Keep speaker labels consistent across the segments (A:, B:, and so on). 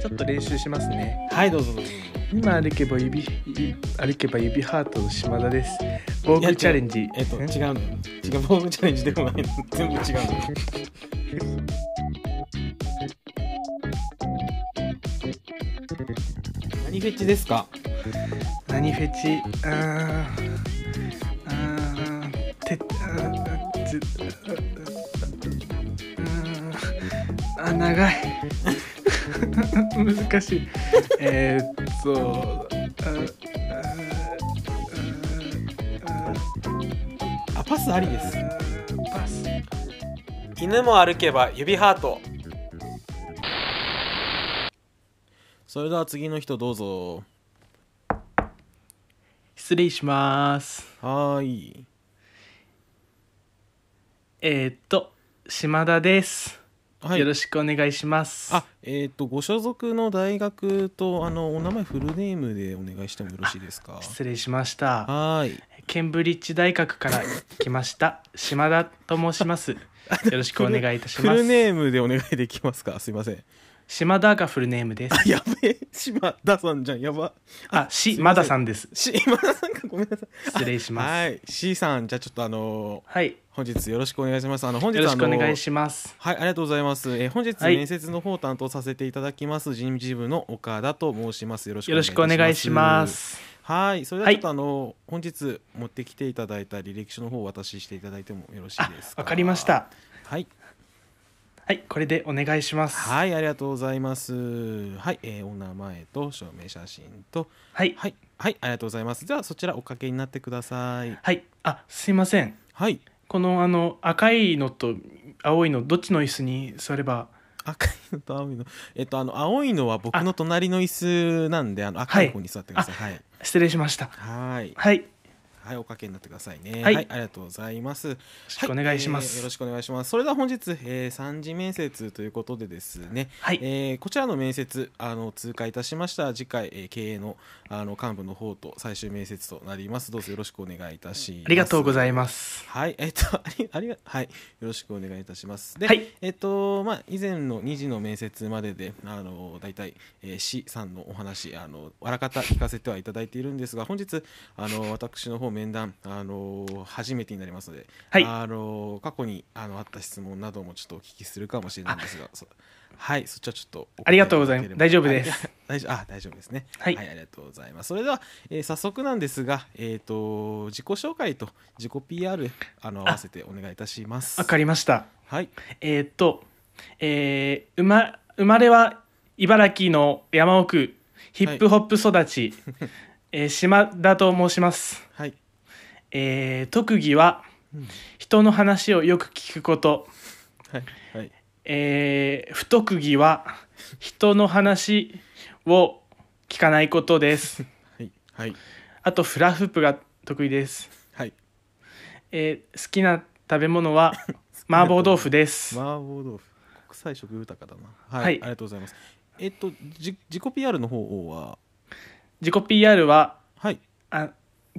A: ちょっと練習しますね。
B: はい、どうぞどうぞ。
A: 今歩けば指、い歩けば指ハートの島田です。防具チャレンジ。
B: えっと、
A: ん
B: 違うの。違う、ボーグチャレンジでもないの。全部違うの。何フェチですか
A: 何フェチあーあーてあーずあーあー長い 難しいえーっとあーあーあ
B: あ、パスありです。
A: ーパス
B: 犬も歩けば指ハートそれでは次の人どうぞ
A: 失礼します
B: はーい
A: えーっと島田です、
B: はい
A: よろしくお願いします
B: あえっ、とご所属の大学とあのお名前フルネームでお願いしてもよろしいですか
A: 失礼しました
B: はーい
A: ケンブリッジ大学から来ました島田と申し ます。よろしくお願いいたし
B: フ
A: ま
B: ル
A: す。
B: ネームでお願いできますかすいません
A: 島田がフルネームです。
B: あやべえ島田さんじゃんやば
A: あ、島田さんです。
B: 島田さんかごめんなさい
A: 失礼します。
B: はい C さんじゃあちょっとあの
A: はい、
B: 本日よろしくお願いしますあの本日
A: よろしくお
B: あ
A: 願
B: の
A: いします。
B: はい、ありがとうございます。えー本日
A: はい
B: 面接の方を担当させていただきます、人事部の岡田と申します。よろしく
A: よろしくお願いします。
B: はい、それでは
A: はい
B: ちょっとあの、本日持ってきていただいた履歴書の方をお渡ししていただいてもよろしいですか。
A: わかりまし。た。
B: はい、
A: はい、これでお願いします。は
B: はい、ありがとうございます。はい、えーお名前と証明写真と、
A: い、
B: はい、はい、ありがとうございます。ではそちらおかけになってください。
A: はい、あ、すいません。
B: はい、
A: このあの赤いのと青いのどっちの椅子に座れば。
B: 赤いのと青いの、えっとあの青いのは僕の隣の椅子なんで、あの赤い方に座ってください。はい、
A: 失礼しました。
B: はい。
A: はい、よ
B: はい、おかけになってくださいね。は、
A: はいい
B: ありがとうございます。よろ
A: ろしくお願いしま
B: よ
A: す
B: ろ。しくお願いします。それでは本日、えー、3次面接ということでですね、
A: はい
B: えーこちらの面接あの通過いたしました次回、えー経営のあの幹部の方と最終面接となります。どうぞよろしくお願いいたします。
A: ありがとうござい
B: す。
A: ます。
B: はい、えっと、 あり、ありが、はい、よろしくお願いいたします。で、
A: はい
B: えっと、まあ、以前の2次の面接までで、あの、大体、えー、C さんのお話、あの、あらかた聞かせてはいただいているんですが、本日、あの、私の方面談、あの、初めてになりますので、
A: はい
B: あの、過去に、あの、あった質問などもちょっとお聞きするかもしれないんですが、そはい、そっちはちょっとお答えただければ。
A: ありがとうございます大丈夫です
B: はい大丈夫あ大丈夫ですね、は
A: はいい
B: ありがとうございますそれでは、えー早速なんですが、えー、と自己紹介と自己 PR あの合
A: あ
B: わせてお願いいたします
A: わかりました。
B: はい
A: えーっと、えー、生ま生まれは茨城の山奥ヒップホップ育 ち、えー島田と申します、
B: はい
A: えー特技は
B: うん
A: 人の話をよく聞くこと、
B: はいはい
A: えー不特技は人の話を聞かないこと です
B: はいはい
A: あとフラフープが得意です、
B: はい
A: えー好きな食べ物 は麻婆豆腐です
B: 麻婆豆腐国際食豊かだなはい、
A: はい
B: ありがとうございますえっ、とじ自己 PR の方は
A: 自己 PR は
B: はい
A: あ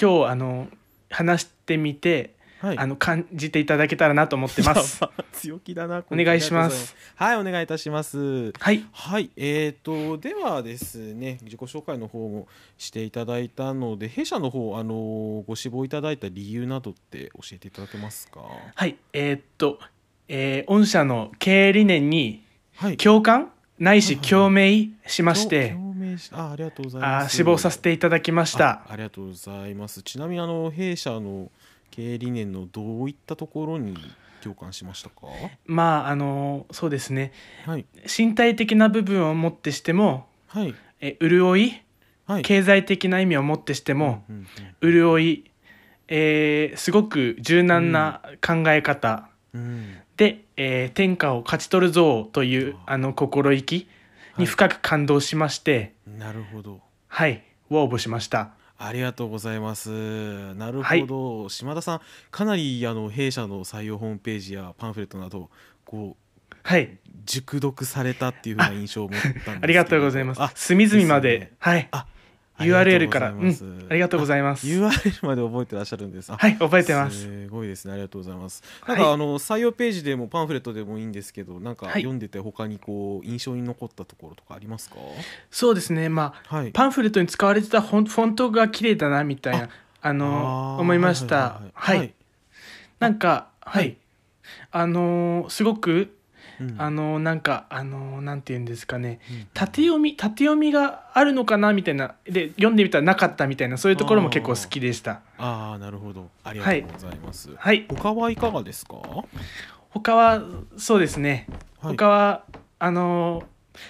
A: 今日あの話してみて
B: はい
A: あの感じていただけたらなと思って ます。
B: やば 強気だなこ
A: お
B: いつ
A: 願いします
B: ありがとうござはいお願いいたします
A: はい、
B: はい、えー、とではですね自己紹介の方もしていただいたので弊社の方あのーご志望いただいた理由などって教えていただけますか
A: はい、えーっと、えー御社の経営理念に
B: はい
A: 共感ないし
B: はい
A: 共鳴しまして、
B: 共共鳴しあありがとうござい
A: あ
B: ま
A: ー
B: す
A: 死亡させていただきました
B: あ。ありがとうございますちなみにあの弊社の経営理念のどういったところに共感しましたか
A: まああのそうですね、
B: はい
A: 身体的な部分をもってしても、
B: はい
A: えー潤い、
B: はい
A: 経済的な意味をもってしても、
B: うんうん
A: 潤い、えーすごく柔軟な考え方。
B: うん
A: で、えー天下を勝ち取るぞという
B: あー
A: あの心意気
B: はい
A: に深く感動しまして、
B: なるほど
A: はい、を応募しました。
B: ありがとうございます。なるほど、島田さん、かなりあの弊社の採用ホームページやパンフレットなど、こう
A: はい、
B: 熟読されたっていうふうな印象を持ったんですけど
A: ありがとうございます
B: あ。
A: 隅々まで、
B: ですよね
A: はい、
B: あ
A: URL から、
B: あ
A: う
B: りがとうございます
A: ん、ありがとうございます。
B: URL まで覚えてらっしゃるんですあ
A: はい、覚えてます。
B: すごいですねありがとうございます
A: は
B: ないんか、あの採用ページでもパンフレットでもいいんですけどなんか
A: はい
B: 読んでて他にこう印象に残ったところとかありますか
A: そうですね、まあ、
B: はい
A: パンフレットに使われてたフォンフォントが綺麗だなみたいな、あの
B: あー
A: 思いました。はい、なんか、はい、あのーすごく、
B: うん
A: あのーなんか、あのーなんて言うんですかね。
B: うん
A: 縦読み縦読みがあるのかなみたいなで読んでみたらなかったみたいなそういうところも結構好きでした
B: ああなるほどありがとうございます、
A: はい
B: 他はいかがですか、は
A: 他はそうですね、
B: い、
A: 他はあのー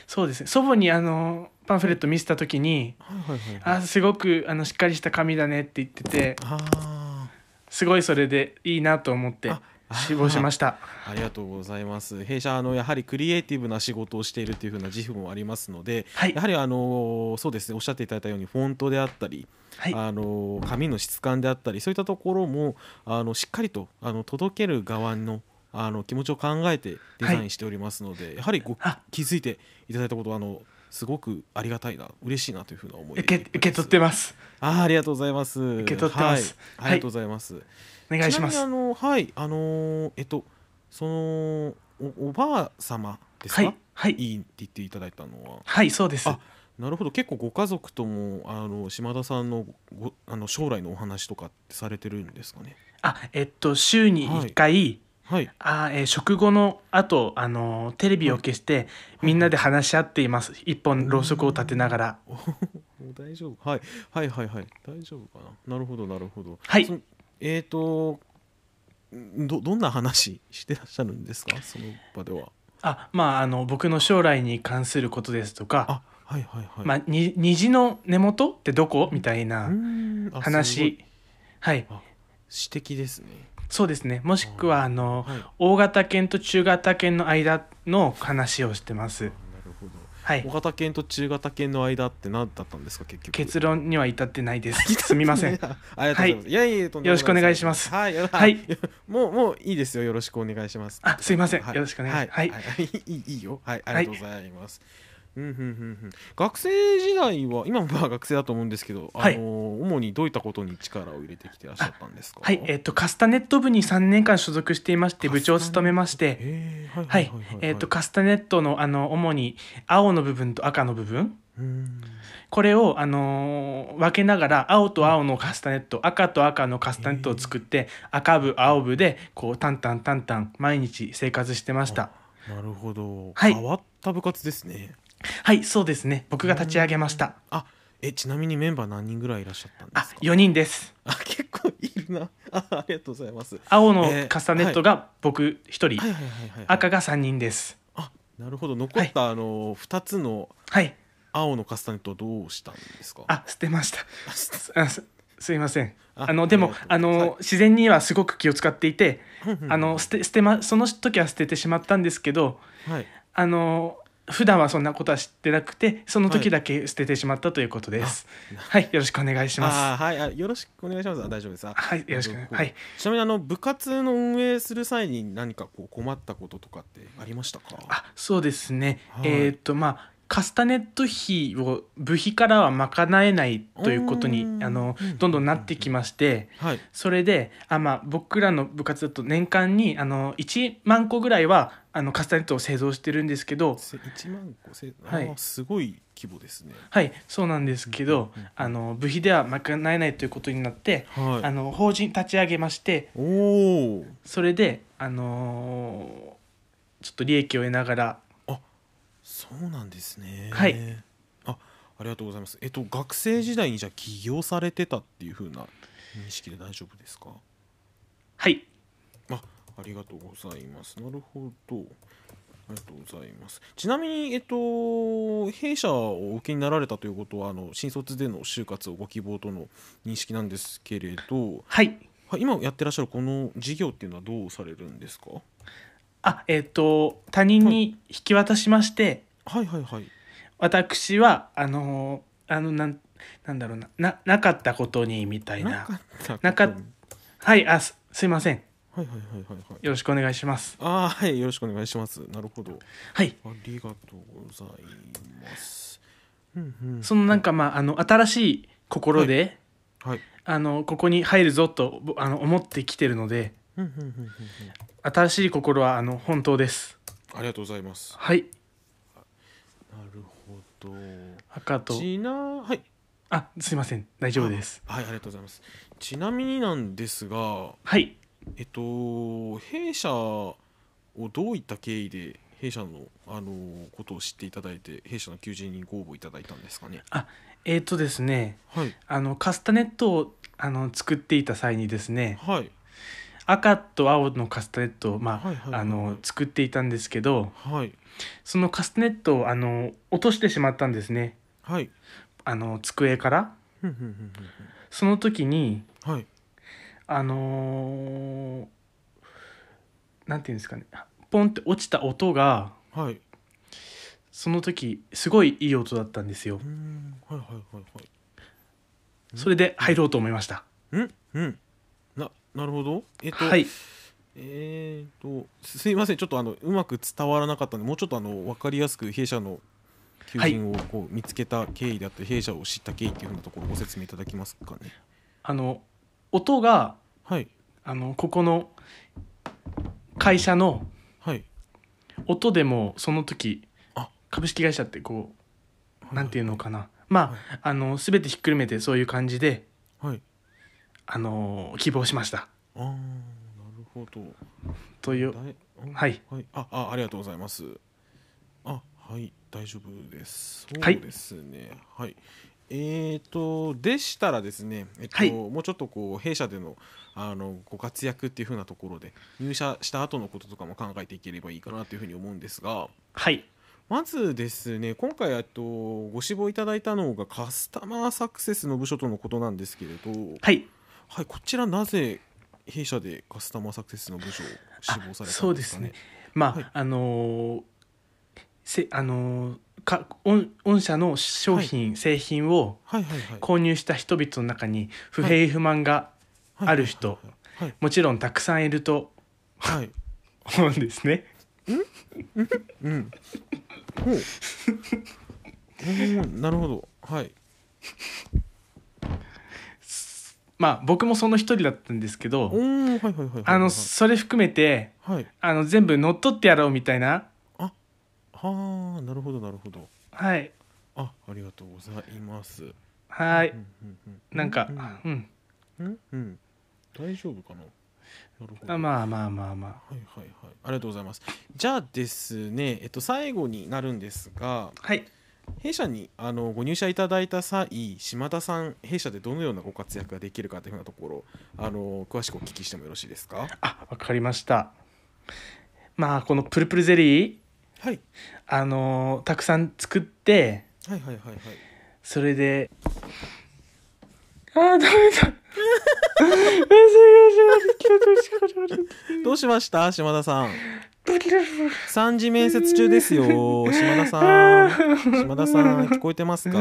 A: そうですね祖母にあのーパンフレット見せた時に
B: はいはいはい
A: 「あーすごくあのしっかりした紙だね」って言ってて
B: あ
A: すごいそれでいいなと思って
B: ああ
A: 志望しました
B: ーありがとうございます弊社あのやはりクリエイティブな仕事をしているというふうな自負もありますので、
A: はい
B: やはりあのそうですねおっしゃっていただいたようにフォントであったり、
A: はい
B: あの紙の質感であったりそういったところもあのしっかりとあの届ける側のあの気持ちを考えてデザインしておりますので、やはりご
A: あ
B: 気づいていただいたことはあのすごくありがたいな嬉しいなというふうな思いで
A: 受け
B: いっぱいです
A: 受け取ってます
B: あーありがとうございます受
A: け取ってます
B: はい、ありがとうございます、
A: お願いしま
B: ちな
A: す
B: みにあのはいあのーえっとそのおおばあ様ですか、
A: はいはい
B: いいって言っていただいたのは
A: はいそうです
B: あなるほど結構ご家族ともあの島田さんのごあの将来のお話とかってされてるんですかね
A: あえっと週に1回
B: はい
A: あーえー食後の後あのーテレビを消して、みんなで話し合っています一本ろうそくを立てながら
B: もう大丈夫、はい、はいはいはい大丈夫かななるほどなるほど
A: はい
B: そのえっ、とんどどんな話してらっしゃるんですかその場では
A: あまああの僕の将来に関することですとか
B: あはいはいはい、
A: まあ、に虹の根元ってどこみたいうな
B: ーんあすごい
A: 話はい
B: 詩的ですね
A: そうですねもしくはあの
B: はい
A: 大型犬と中型犬の間の話をしてま
B: な
A: す
B: るほど
A: はい
B: 小型犬と中型犬の間って何だったんですか結局
A: 結論には至ってない ですすみません
B: ありがとうございます、い、やいやとんでもな
A: よろしくお願いします
B: はい、
A: は
B: はいい、もうもういいですよよろしくお願いします
A: あすいません
B: は
A: よろしくお願い
B: はい、
A: は
B: はいい、いいいいよはいありがとうございます、うんうんうんうん、学生時代は今もまあ学生だと思うんですけど、
A: はい
B: あの主にどういったことに力を入れてきてらっしゃったんですか
A: はいえっとカスタネット部に3年間所属していまして部長を務めまして
B: へー
A: は
B: はいいはいはい、はい
A: えっとカスタネットのあの主に青の部分と赤の部分
B: うん
A: これを、あのー分けながら青と青のカスタネット赤と赤のカスタネットを作って赤部青部でこうタンタンタンタン毎日生活してました
B: なるほど、
A: はい
B: 変わった部活ですね
A: はいそうですね僕が立ち上げました
B: あえちなみにメンバー何人ぐらいいらっしゃったんで
A: あ
B: すか
A: 4人です
B: あ結構いるなあありがとうございます
A: 青
B: え
A: の
B: ー
A: カスタネットが僕1人
B: はいはいはいはい、はい、
A: 赤が3人です
B: あなるほど残った、あの2つの
A: はい
B: 青のカスタネットをどうしたんですか
A: あ捨てま した
B: あす
A: あすすいません
B: あ
A: あのでもあ
B: ありがとうございます
A: の自然にはすごく気を使っていて
B: うんうん
A: あの捨て捨て、ま、その時は捨ててしまったんですけど
B: はい
A: あの普段はそんなことは知ってなくてその時だけ捨ててしまったということです。はい、よろしくお願いします。
B: あはいあよろしくお願いしますあ大丈夫ですあ
A: はいよろしく
B: なるほど
A: はい
B: ちなみにあの部活の運営する際に何かこう困ったこととかってありましたか
A: あそうですね、
B: はい
A: えっ、とまあカスタネット費を部費からは賄えないということに
B: うーん
A: あのどんどんなってきまして
B: はい
A: それであ、まあ、僕らの部活だと年間にあの1万個ぐらいはあのカスタネットを製造してるんですけど
B: せ1万5千
A: はい
B: あすごい規模ですね
A: はいそうなんですけどあの部費では賄えないということになってあ
B: はい
A: の法人立ち上げまして
B: おお
A: それであのーちょっと利益を得ながら
B: そうなんですね。
A: はい。
B: あ、ありがとうございます。えっと学生時代にじゃあ起業されてたっていう風な認識で大丈夫ですか。
A: はい
B: あ、ありがとうございます。なるほど。ありがとうございます。ちなみにえっと弊社をお受けになられたということはあの新卒での就活をご希望との認識なんですけれど、
A: はい
B: はい今やってらっしゃるこの事業っていうのはどうされるんですか。
A: あえっ、と他人に引き渡しまして、
B: はいはいはい。
A: 私はあのーあのなんなんだろうなななかったことにみたいな
B: った
A: なかっはいあすすいません
B: はいはいはいはいはい。
A: よろしくお願いします
B: ああはいよろしくお願いしますなるほど
A: はい
B: ありがとうございますうんうん
A: そのなんかまああの新しい心で、
B: はい
A: あのここに入るぞとぼあの思ってきてるので
B: うんうんうんうんうん
A: 新しい心はあの本当です
B: ありがとうございます
A: はい
B: なるほど
A: 赤と
B: ちなはい
A: あすいません大丈夫です
B: はいありがとうございますちなみになんですが
A: はい
B: えっと弊社をどういった経緯で弊社のあのことを知っていただいて弊社の求人にご応募いただいたんですかね
A: えっ、とですね
B: はい
A: あのカスタネットをあの作っていた際にですね
B: はい
A: 赤と青のカスタネットを、まあ
B: はいはいはいはい
A: あの作っていたんですけど
B: はい
A: そのカスタネットをあの落としてしまったんですね
B: はい
A: あの机から
B: ふんふんふん
A: その時に
B: ふんはい
A: あのーなんていうんですかねポンって落ちた音が
B: はい
A: その時すごいいい音だったんですよ
B: うーんはいはいはいはい
A: それで入ろうと思いました
B: うんうんななるほどえっと、
A: はい
B: えっとすすいませんちょっとあのうまく伝わらなかったのでもうちょっとあの分かりやすく弊社の求人をこう見つけた経緯であって、弊社を知った経緯っていうふうなところをご説明いただけますかね
A: あの音が
B: はい
A: あのここの会社の
B: はい
A: 音でもその時
B: あ
A: 株式会社ってこうなんていうのかなまああの全てひっくるめてそういう感じで
B: はい
A: あの希望しました
B: ああなるほど
A: という
B: だいうん
A: はい
B: はいああありがとうございますあはい大丈夫ですそ
A: はいう
B: ですねはい、えー、とでしたらですね、えっと
A: はい
B: もうちょっとこう弊社でのあのご活躍っていう風なところで入社した後のこととかも考えていければいいかなというふうに思うんですが
A: はい
B: まずですね今回えっとご志望いただいたのがカスタマーサクセスの部署とのことなんですけれど、
A: はい
B: はい、こちらなぜ弊社でカスタマーサクセスの部署を志
A: あ
B: 望された
A: そ
B: ん
A: う
B: で
A: ですす
B: かね
A: ね。まあ、
B: はい
A: あのーせあのーか御御社の商品、製品を
B: はいはいはい。
A: 購入した人々の中に不平不満が
B: はい
A: ある人。
B: はい
A: もちろんたくさんいると
B: はいはい。
A: 思うんですね。
B: うん。ほう。ほうなるほど。はい。
A: まあ僕もその一人だったんですけ
B: おお
A: ど
B: はいはいはいはい。
A: あの
B: はい
A: それ含めて
B: はい。
A: あの全部乗っ取ってやろうみたいな、
B: はあなるほどなるほど。
A: はい
B: あありがとうございます。、
A: はいう
B: んうんう
A: なんか、うん
B: うんうん。大丈夫かな。なるほ
A: あ
B: ど。
A: まあまあまあまあ
B: はいはいはい。ありがとうございます。じゃあですね、えっと最後になるんですが。
A: はい
B: 弊社にあのご入社いただいた際島田さん弊社でどのようなご活躍ができるかというふうなところあの詳しくお聞きしてもよろしいですか
A: あわかりましたまあこのプルプルゼリー
B: はい
A: あのーたくさん作って
B: はいはいはいはい
A: それであーダメ だ
B: どうしました島田さん
A: ブルブル
B: 3次面接中ですよ島田さん 島田さん聞こえてますか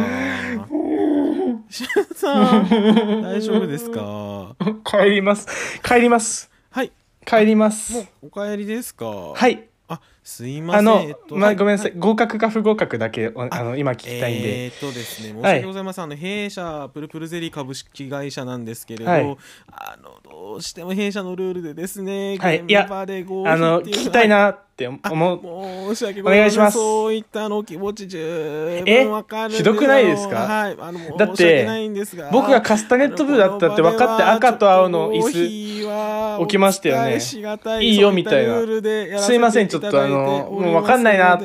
B: 島田さん大丈夫ですか
A: 帰ります帰ります
B: はい
A: 帰ります
B: もうお帰りですか
A: はいい
B: あすいません
A: あの、
B: えっと
A: ま
B: は
A: あ、ごめんなさい、合格か不合格だけおあ
B: あ
A: の今聞きたいんで、
B: えーっとですね、申し
A: はい
B: 訳ございません、あの弊社、プルプルゼリー株式会社なんですけれど、
A: はい
B: あのどうしても弊社のルールでですね、
A: はい
B: 現場で合
A: あの
B: 否って
A: 聞
B: いう
A: きたいなって思う
B: 申し訳ござ
A: お
B: いま
A: 願い
B: せ
A: し
B: ん
A: ます
B: そういったあのお気持ち十分わかるんです
A: ひどくないですか
B: はい、あの
A: だって
B: 申し訳ないんですが
A: 僕がカスタネット部だったって分かって赤と青の椅子
B: 子
A: 置きましたよね
B: ね
A: いいよみたいなすいませんちょっとあのもうわかんないなわ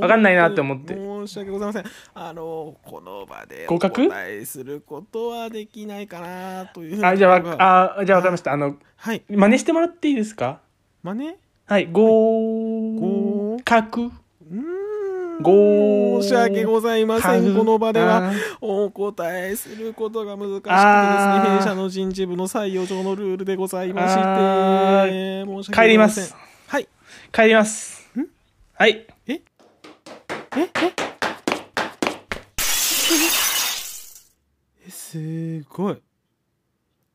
B: わ
A: かんないなって思って
B: 申し訳ございませんあのこの場で
A: 合格
B: お答えすることはできないかなという
A: あじゃあ
B: あ
A: わあじゃあ分かりましたあの
B: はい
A: 真似してもらっていいですか
B: まね
A: はい合
B: 合
A: 格
B: うーん
A: ごー
B: 申し訳ございませ
A: はぐ
B: んこの場で
A: あ
B: は
A: ー
B: お答えすることが難しくて
A: あ
B: です
A: ー
B: ね弊社の人事部の採用上のルールでございまして
A: あー
B: 申し訳ございません
A: 帰ります
B: はい
A: 帰りますはい
B: えすごい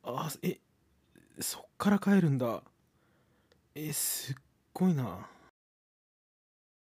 B: あえそっから帰るんだえすっごいな